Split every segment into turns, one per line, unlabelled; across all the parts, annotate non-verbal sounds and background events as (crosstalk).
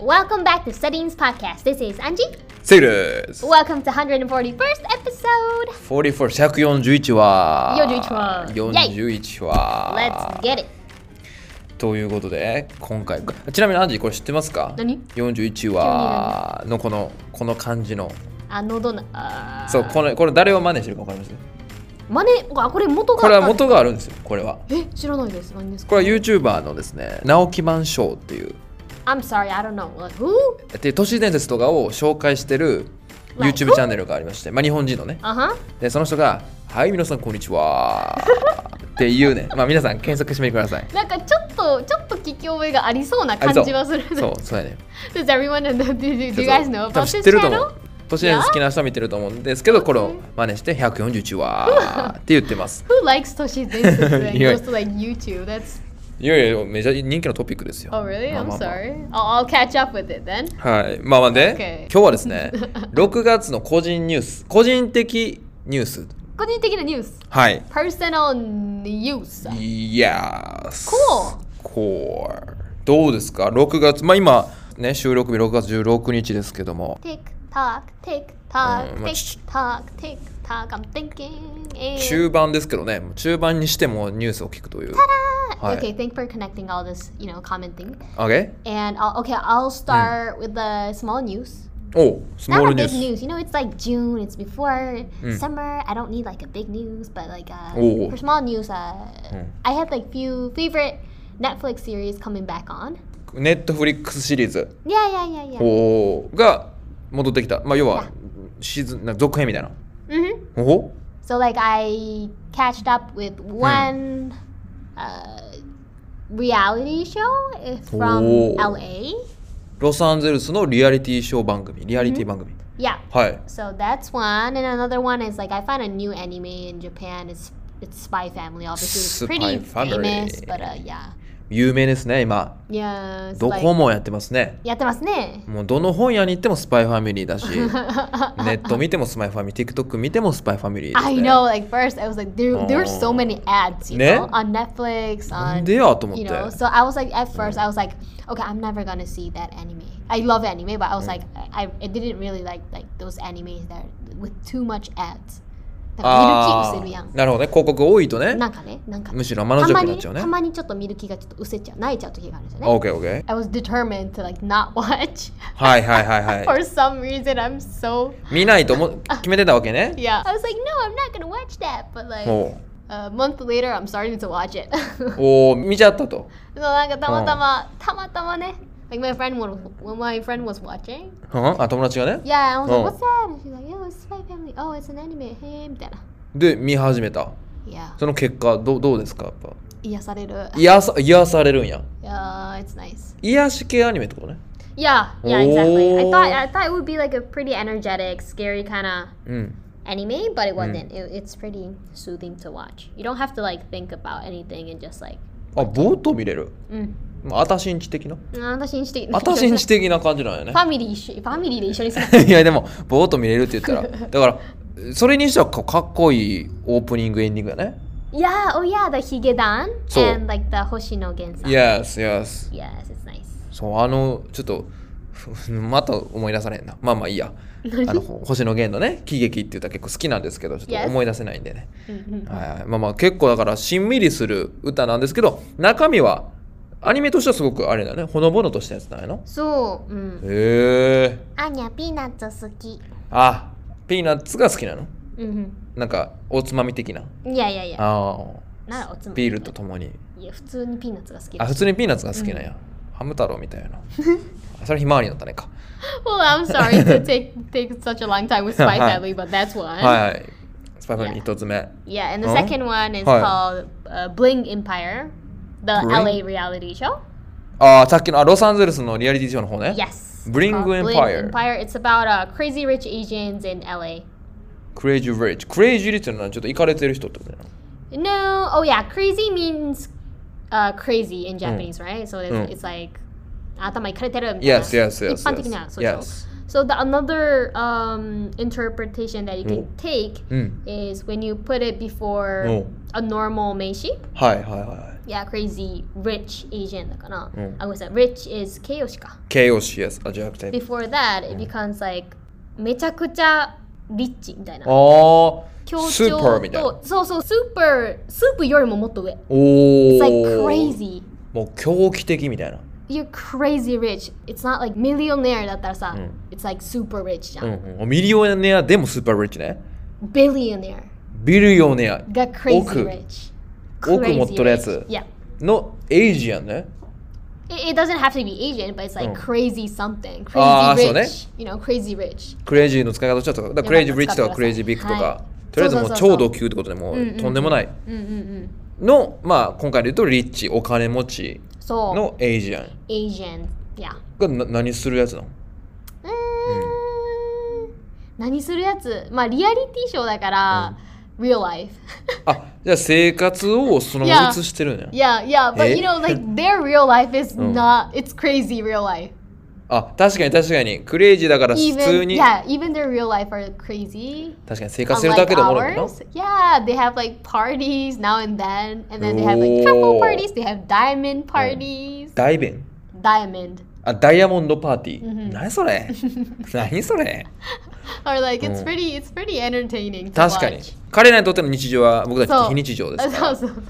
Welcome back to Settings Podcast. This is Angie.
セールです
Welcome to 141st episode.
44141話
41話
41
Let's
話
get it.
ということで今回ちなみにアンジーこれ知ってますか
何
?41 話のこのこの感じの
あのどな、あー
そうこのこれ誰を真似してるか分かります
真似、あ、これ元が。
これは元があるんですよこれは
え、知らないです。何ですか
これは YouTuber のですね直木マンショーっていう
?I'm sorry, I don't know. Like, who?
で都市伝説とかを紹介してる
Right.
YouTube チャンネルがありまして、まあ、日本人のね
あは
でその人が「はい皆さんこんにちは」っていうねまあ皆さん検索してみてください
なんかちょっと、ちょっと聞き覚えがありそうな感じはするね。
そう、そうやね。
Does everyone know? Do, do, do (laughs) you guys know about
多分知
this
ってると思
channel?
う。都市伝説好きな人は見てると思うんですけど、これを真似して141話って言っ
(laughs)
てます。
Who likes Toshi Densetsu and
いや
goes to like YouTube? That's
いやいや、めちゃ人気のトピックですよ。
oh really? I'm
まあまあまあ
sorry. I'll, I'll catch up with it then.
はい。まあまあで、
Okay
今日はで
(laughs)
すね、6月の個人ニュース、個人的ニュース。
個人的なニュース。
はい。
Personal news.
いやー。
Cool
こう。どうですか ?6 月、まあ今、ね、収録日6月16日ですけども、
Tick tock, tick
う
tock,
んまあ
tick
ち
tock, tick tock. I'm thinking. and-
中盤ですけどね、中盤にしてもニュースを聞くという。はい
Okay, thank for connecting all this, you know, commenting.
OK?
And I'll, okay, I'll start with the small news.
おス
Not
モー
a
ルニュー
big
ス。
news. You know, it's like June. It's before summer. I don't need like a big news, but like uh,
Oh.
for small news, uh, I had like few favorite Netflix series coming back on.
ネットフリックスシリーズ
Yeah, yeah, yeah, yeah.
おーが戻ってきた、まあ、要はシーズンなんか続編みたいな
hmm
おほ
So like I catched up with
Hmm.
one uh, reality show uh, from
Oh.
LA.
ロサンゼルスのリアリティショー番組リアリティ番組、
Yeah.
はい、
So that's one, and another one is like I found a new anime in Japan. It's it's Spy Family. Obviously, it's pretty
Spy Family.
famous, but uh, yeah,
有名ですね今
yeah. It's
ど
like,
こもやってますね
やってますね。
(laughs) もうどの本屋に行ってもスパイファミリ
(laughs)
ーだしネット見てもスパイファミリー TikTok 見てもスパイファミリーです、
I
ね、
know. Like first, I was like, there, there were
Oh.
so many ads, you
ね
know, on Netflix,
なん
on
でやと思っ
you
て
know. So I was like, at first, I was like, okay, I'm never gonna see that anime. I love anime, but I was like, I, I- I didn't really like like those animes that are with too much ads.
Ah.
なんか見る気
あ
失せるや
ー
ん。
なるほどね広告多いとね
なんかね、なんか。
むしろマナ
た
ジャ
ま
ックに
に
なっ
ね
ちゃう
た
ね
まにちょっと見る気がちょっと失せちゃう、泣いちゃう時があるんですよね。
OKOK
I was determined to like not (laughs) watch.
はいは
(laughs)
いはいは
For some reason, I'm so
い見ないと思う決めてたわ
(laughs)
けね
yeah. I was like, no, I'm not gonna watch that. But like
おう
a month later, I'm starting to watch it. (laughs)
おー見ちゃったと
そうなんかたまたま、たまたまね。Like my friend was, when my friend was watching.
うんあ友達がね
Yeah, I was
Oh.
like, what's that? And she's like, oh, it's Spy Family. Oh, it's an anime. Hey, みたいな。
で見始めた
Yeah.
その結果どうどうですかやっぱ
癒される。
癒さ癒されるんや
Yeah, it's nice.
癒し系アニメってことね
Yeah, yeah, exactly. I
Oh.
thought I thought it would be like a pretty energetic, scary kind of
うん
anime, but it
Mm.
wasn't. It, it's pretty soothing to watch. You don't have to like think about anything and just like mm.
あぼーっと見れる
うん。
まああたしんち的な (laughs)
あんた信じていい。
あたし
(laughs)
んち的な感じなんやね
ファミリー一緒、ファミリーで一緒にする。
(laughs) いやでもぼーっと見れるって言 (laughs) ったらだからそれにしてはかかっこいいオープニングエンディングやね
(laughs) yeah, oh yeah, the ヒゲダン
そう
and like the 星野源さん。
Yes yes
Yes, it's nice.
そうあのちょっとふまた思い出されへんなまあまあいい (laughs) やあのほ星野源のね喜劇って言ったら結構好きなんですけどちょっと
Yes
思い出せないんでね
うんうん
はいはい、まあまあ結構だからしんみりする歌なんですけど中身はアニメとしてはすごくあれだよねほのぼのとしたやつなんやの
そう、うん。
へえ
アニャピーナッツ好き。
あピーナッツが好きなの
うん
なんかおつまみ的な
うん。いやいやいや。
あ
ならおつま
あ
み。
ビールとともに
いや、普通にピーナッツが好き。
あ普通にピーナッツが好きなんや、ハム太郎みたいなあそれひまわりだったねか
(laughs) Well, I'm sorry to take take such a long time with
(laughs)
Spy
はい
Family, but that's one.
はいはいスパイファミリー1つ目
Yeah, and the
Huh?
second one is
Oh. Hi.
called uh, Bling Empire, the LA
Bling?
reality show.
ああさっきのあロサンゼルスのリアリティショーの方ね
Yes. it's
Bling
called
Empire.
Empire. It's about uh, crazy rich Asians in LA.
クレイジー・リッチクレイジー・リッチってのはちょっとイカれてる人ってことやな
No, oh yeah, crazy means uh, crazy
Mm.
in Japanese, right? So it's, it's like 頭いかれてるみたいな
Yes yes yes
一般的な
yes, yes.
So the another um, interpretation that you can take
うん
is when you put it before
Oh.
a normal meishi.
はいはいはい
yeah, crazy rich Asian だから、
うん
I was like, rich is 形容詞か。
形容詞 yes adjective
Before that, it becomes like めちゃくちゃ rich みた
Oh,
いな。
あ
強
あ
調
スーパーみたいな
とそうそう、スーパー、スーパーよりももっと上。
お
e. It's
お
like crazy.
もう狂気的みたいな
You're crazy rich. It's not like millionaire だったらさ、
うん
It's like super rich じゃ
うん
ん。
うんミリオネアでもスーパーリッチね
Billionaire
ビリオネア
が crazy
奥
rich.
奥持っとるや
Crazy rich.
つ
Yeah.
のエイジアンね
It, it doesn't have to be Asian, but it's like
うん
crazy something. Crazy
あーそうね
rich. You know, crazy rich.
クレイジーの使い方ちょっとだからクレイジーブリッジとか
使ってください
クレイジービッグとか、
は
とりあえずもう
そうそうそう
超
そう
ド級ってことでもう
うんうん
とんでもない
うんうんうん。
のまあ今回で言うとリッチお金持ち
そう。
のエイジアン
Asian. Yeah.
がな何するやつなの
うーん Eh. 何するやつまあリアリティショーだから、real life
あじゃあ生活をそのまま映してるね
(laughs) yeah yeah but
え
you know like their real life is
うん
not it's crazy real life
あ確かに確かにクレイジーだから普
even
通に
yeah even their real life are crazy
確かに生活してるだ
unlike
けでもおもろいもんな
ours yeah they have like parties now and then and then they have like
おー
couple parties they have diamond parties
ダイベン
diamond
あダイヤモンドパーティー、
うんうん
何
(laughs)
それ何それ
or like it's
うん
pretty it's pretty entertaining to
確かに
watch
彼らにとっての日常は僕たち
そう
非
(laughs)
日常ですから
そうそう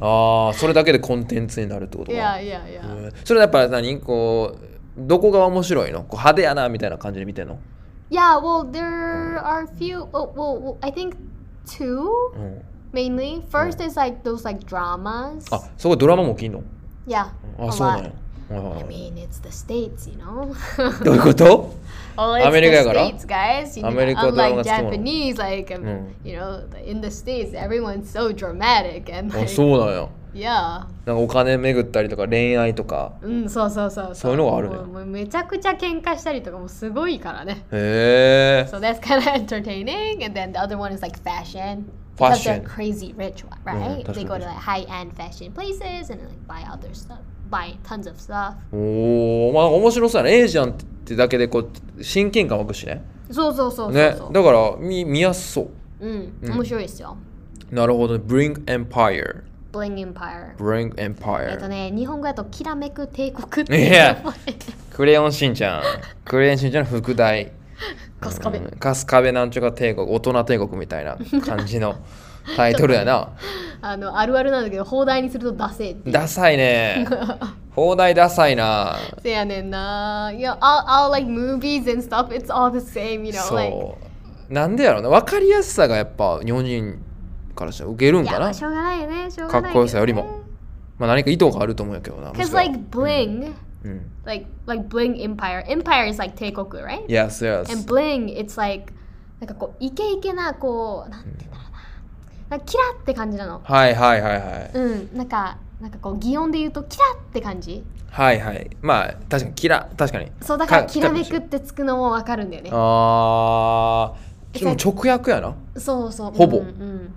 そう
ああそれだけでコンテンツになるってことか
yeah yeah yeah
うんそれやっぱ何こうどこが面白いのこう派手やなみたいな感じで見てんの、
Yeah, well, there are a few. Oh, well, well, I think two
うん、
mainly. First is like those like dramas.
あそこドラマも起きんの
Yeah,
あ
a
そうなん
lot.
やはいは
I
いはい
mean, it's the states, you know. (laughs)
(laughs) どういうこと
well, it's
America
the
やから？
states, guys. You know,
アメリカドラマが好きなの？
unlike Japanese, like um,
うん。
you know, the- in the states, everyone's so dramatic and
あ
like,
そうなんや
yeah. Mm,
なんかお金巡ったりとか恋愛とか
うん、そうそうそう
そういうのがあるね
もうもうめちゃくちゃ喧嘩したりとかもすごいからね。
へえ
So that's kind of (laughs) entertaining. And then the other one is like fashion. Because they're
Fashion.
crazy rich, one, right?
that's
they go
what
to
it
like high end fashion places and like buy other stuff, buy tons of stuff.
おおまあ面白そうやねエイジアンってだけでこう親近感湧くしね
そうそうそうそう
ね
そう。
だから見見やすそう
うん、
Mm.
面白いですよ。
なるほどね Bring Empire
Bling Empire。
Bring
えっと
Empire
ね、日本語だときらめく帝国って。
いやクレヨンしん
(laughs)
ちゃんクレヨンしんちゃんの副題
カスカベ
う。んカスカベなんちゃか帝国大人帝国みたいな感じのタイトル
(laughs)
やな
あの、あるあるなんだけど、放題にするとダセーっていう。
ダサ
(laughs)
いね放題ダサいな
せやねんな。いや、all, all like movies and stuff, it's all the same, you know, like.
そうなんでやろうな分かりやすさがやっぱ日本人からしたら受けるん
いや、
か
ま
な
あしょうがないよね。しょうがないけどね
かっこよさよりもまあ何か意図があると思うんやけどな
Because
むしろ
like bling,
うん
like like bling empire. Empire is like 帝国 right?
Yes
And
yes
bling it's like なんかこうイケイケなこうなんて言うんだろうな。なんかキラって感じなの。
はいはいはいはい
うん。なんかなんかこう擬音で言うとキラって感じ。
はいはいまあ確かにキラ確かに
そうだから
か
きらめくってつくのもわかるんだよね。
あーでも直訳やな
そうそう。
ほぼ
うん、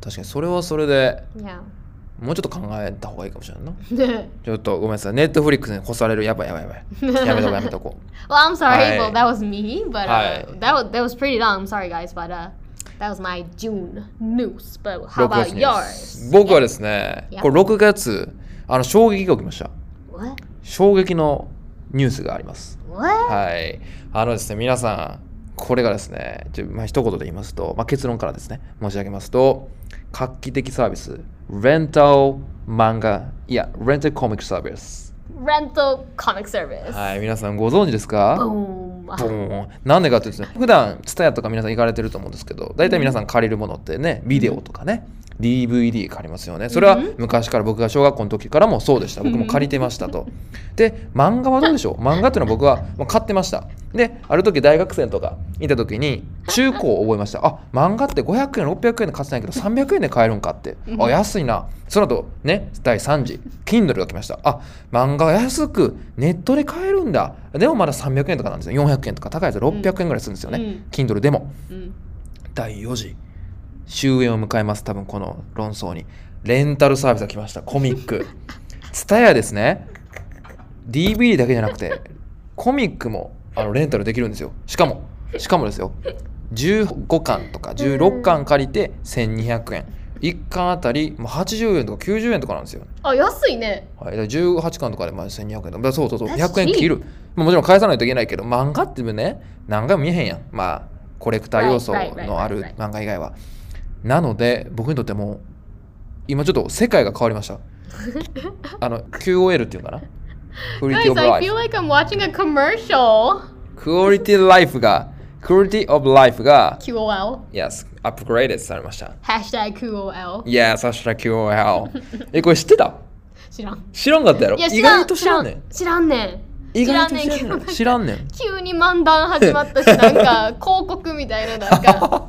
確かにそれはそれで
うん。い (laughs) や。
もうちょっと考えた方がいいかもしれないなちょっとごめんなさいネットフリックスに干されるやばいやばいやばいやめとこうやめとこ
well, I'm sorry,
は
well
い
that was me, but、
はい
uh, that was that was pretty long. I'm sorry guys, but uh, that was my June news. But
う
(laughs) how
6
about
月です
yours?
僕はですね
Yeah.
これ6月あの衝撃が起きました
What?
衝撃のニュースがあります
What?
はい。あのですね、皆さん、これがですね、ちょまあ、一言で言いますと、まあ、結論からですね、申し上げますと、画期的サービス、レンタル漫画、いや、レンタルコミックサービス。
rental comic service.
はい、皆さんご存知ですか
Boom.
ボーンなんでかっていうとですね、普段、ツタヤとか皆さん行かれてると思うんですけど、大体皆さん借りるものってね、ビデオとかね、DVD 借りますよね。それは昔から僕が小学校の時からもそうでした。僕も借りてましたと。で、漫画はどうでしょう漫画っていうのは僕はまあ買ってました。で、ある時大学生とかいた時に中古を覚えました。あ、漫画って500円、600円で買ってないけ
(laughs)
ど300円で買えるんかって。あ、安いな。その後ね、第3次、Kindle が来ました。あ、漫画は安くネットで買えるんだ。でもまだ300円とかなんですよ。400円とか高いやつは600円ぐらいするんですよね。
うん
Kindle でも。
うん
第4次終焉を迎えます多分この論争にレンタルサービスが来ましたコミック TSUTAYA ですね DVD だけじゃなくてコミックもあのレンタルできるんですよしかもしかもですよ15巻とか16巻借りて1200円1巻あたりまあ80円とか90円とかなんですよ、
あ安いね
はい、だから18巻とかでまあ1200円とかだからそうそうそう
確
100
か
円
に
切る、まあ、もちろん返さないといけないけど漫画ってね何回も見えへんやんまあコレクター要素
Right, right, right,
のある
right, right.
漫画以外はなので僕にとってもう今ちょっと世界が変わりました
(laughs)
あの QOL っていうのかなクオリテ
Guys,
ィオブ
I
ライ
feel
フ
like I'm watching a commercial.
クオリティライフがクオリティオブライフが
QOL.
Yes アップグレーデされました
Hashtag QOL.
Yes そしたら QOL えこれ知ってた
知らん。
知らんかったやろ
いや、
意
知ら
外
ん。
と知らんねん
知らんねん。
意外と知ら
知
ん
らん
ね
ね
ん
ん
知らんねん
急に漫談始まったし、なん (laughs) か広告みたいな、なんか。なんか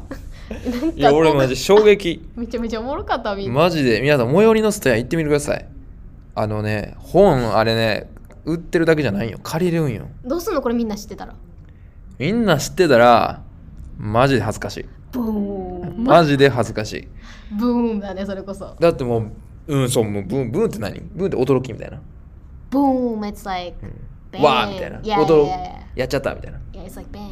いや俺マ
広
ジ衝撃
告めちゃめちゃおもろかった、みんな。
マジで皆さん最寄りのスタヤ行ってみてくださいあのね本あれね売ってるだけじゃないよ借りるんよ
どうすんのこれみんな知ってたら。
みんな知ってたらマジで恥ずかしい
ブーン。
マジで恥ずかしい
ブーンだね、それこそ。
だってもううんそうもうブーンブーンって何ブーンって驚きみたいな
ブーン、it's like.
わーみたいな
bang. Yeah,
驚
yeah,
やっちゃったみたいな
yeah. Yeah, it's like bang.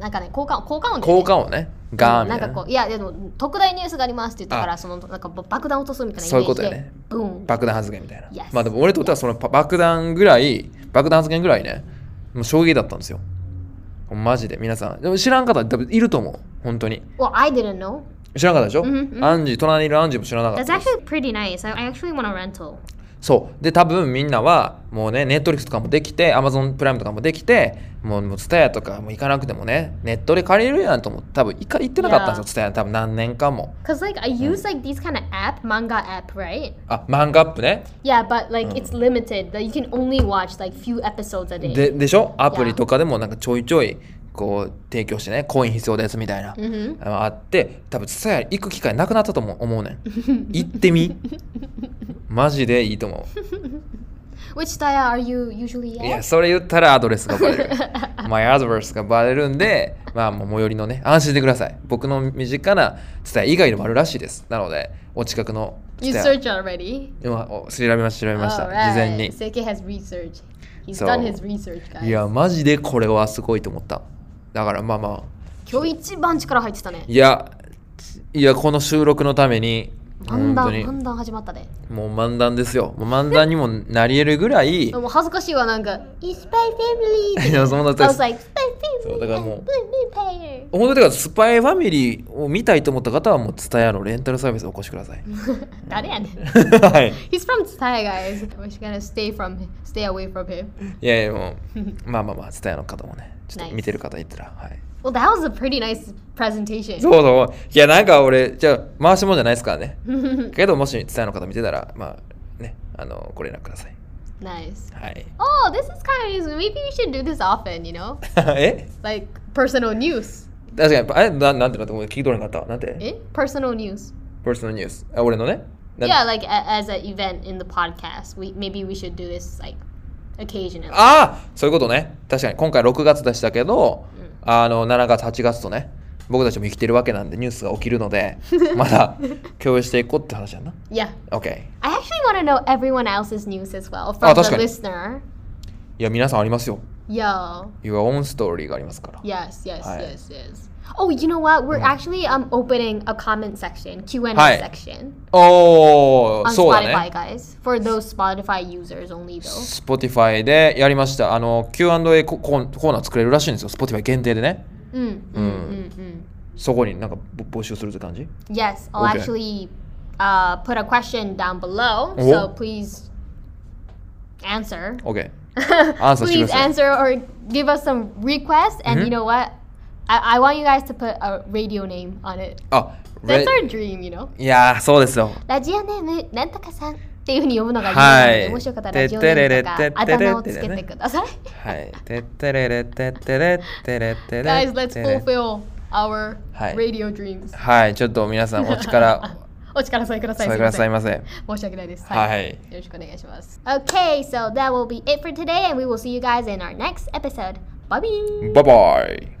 なんかね、効果効果音だよね
効果音ねガーンみ
な
た
ん
いな
かこういやでも特大ニュースがありますって言ったからそのなんか爆弾落とすみたいなイメージで
そういうことよね
ブーン
爆弾発言みたいな、
Yes.
まあでも俺にとってはそのパ爆弾ぐらい爆弾発言ぐらいねもう衝撃だったんですよマジで皆さんでも知らん方多分いると思う本当に
Well I didn't know
知らなかったでしょ、
うんうん
アンジー隣にいるアンジーも知らなかっ
That's
た
actually pretty nice I I actually want a rental
そうで多分みんなはもうねネットリックスとかもできてアマゾンプライムとかもできてもうもうツタヤとかも行かなくてもねネットで借りれるやんと思って多分行か行ってなかったんですよ
Yeah.
ツタヤ多分何年間も
Cause like I use like these kind of app manga app right
あ漫画アップね
Yeah but like it's limited that you can only watch like few episodes a day
ででしょアプリとかでもなんかちょいちょいこう提供してねコイン必要ですみたいな、
Mhm.
あのあって多分さや行く機会なくなったと思う思うねん
(laughs)
行ってみマジでいいと思う
Which Taya are you usually
いや
at?
それ言ったらアドレスがバレるマイアドレスがバレるんでまあもう最寄りのね安心してください僕の身近な伝え以外でもあるらしいですなのでお近くの
You
伝え
search already?
今お調べました調べました、
Alright.
事前に
Seike has research He's
そう
done his research
い
guys
やマジでこれはすごいと思っただからまあまあ
今日一番力入ってたね
いやいやこの収録のために
漫
本当
談
に
漫談始まったで
もう漫談ですよもう漫談にもなり得るぐら
(laughs)
いい
でも恥ずかしいわなんか「It's my family」
やそのだって
I was like「Spy
そう
family」
だからもう
player」
本当だからスパイファミリーを見たいと思った方はもう TSUTAYA のレンタルサービスをお越しください
誰やねん
(laughs) はい
He's from Thai guys We're just gonna stay from him Stay away from him
いやいやも
(laughs)
うまあまあまあ TSUTAYA の方もねちょっ
Nice.
と見てる方いたらはい
Well that was a pretty nice presentation (laughs)
そうそういやなんか俺じゃあ回しもんじゃないですからねけどもし TSUTAYA の方見てたらまあねあのご連絡ください
Nice
はい
(laughs) Oh this is kind of news Maybe we should do this often you know
え
Like personal news
確かにあれななんてなんてごめん聞き取れなかったなんて
え Personal news
ポルスのニュースあ俺のねなん
Yeah like a, as an event in the podcast we, Maybe we should do this like occasionally
ああそういうことね確かに今回6月でしたけど、あの7月8月とね僕たちも生きてるわけなんでニュースが起きるのでまだ共有していこうって話やな
Yeah
OK
I actually want to know everyone else's news as well
あ
From
確
the
かに
listener
いや皆さんありますよ
Yo
Your own story がありますから
Yes, yes,
Hi.
yes, yes. Oh, you know what? We're actually um opening a comment section, Q&A
Hi.
section
おお
on
そうだ
Spotify,
ね
guys. For those Spotify users only though.
Spotify でやりましたあの Q&A ココーコーナー作れるらしいんですよ Spotify 限定でね
Mm, mm, mm, mm.
そこになんかぼ募集するって感じ
Yes, I'll
Okay.
actually uh, put a question down below,
Oh.
so please answer.
OK
(laughs)
してくだ
please
さい
answer or give us some requests, and
Mm-hmm.
you know what? I, I want you guys to put a radio name on it.
あ Red-
That's our dream, you know.
いやーそうですよ
ラジオネームなんとかさんっていうふうに呼ぶのがいい
は
の
い
で、もしよかったらラジオネームと
てってれてっ
か
て
あだ
れてれ
名をつけてください。
はい。てってれれてってれってれってれ。
Guys, let's fulfill our
はい
radio dreams.
はい、ちょっと皆さん
(laughs)
お力
お力添えくだ
お
さい。
添えくださ
す
い
いま
ませ。
せん申し訳ないです。。
はいい。
よろしくお願いします。Okay, so that will be it for today, and we will see you guys in our next episode. Bye bye.
バイバイ。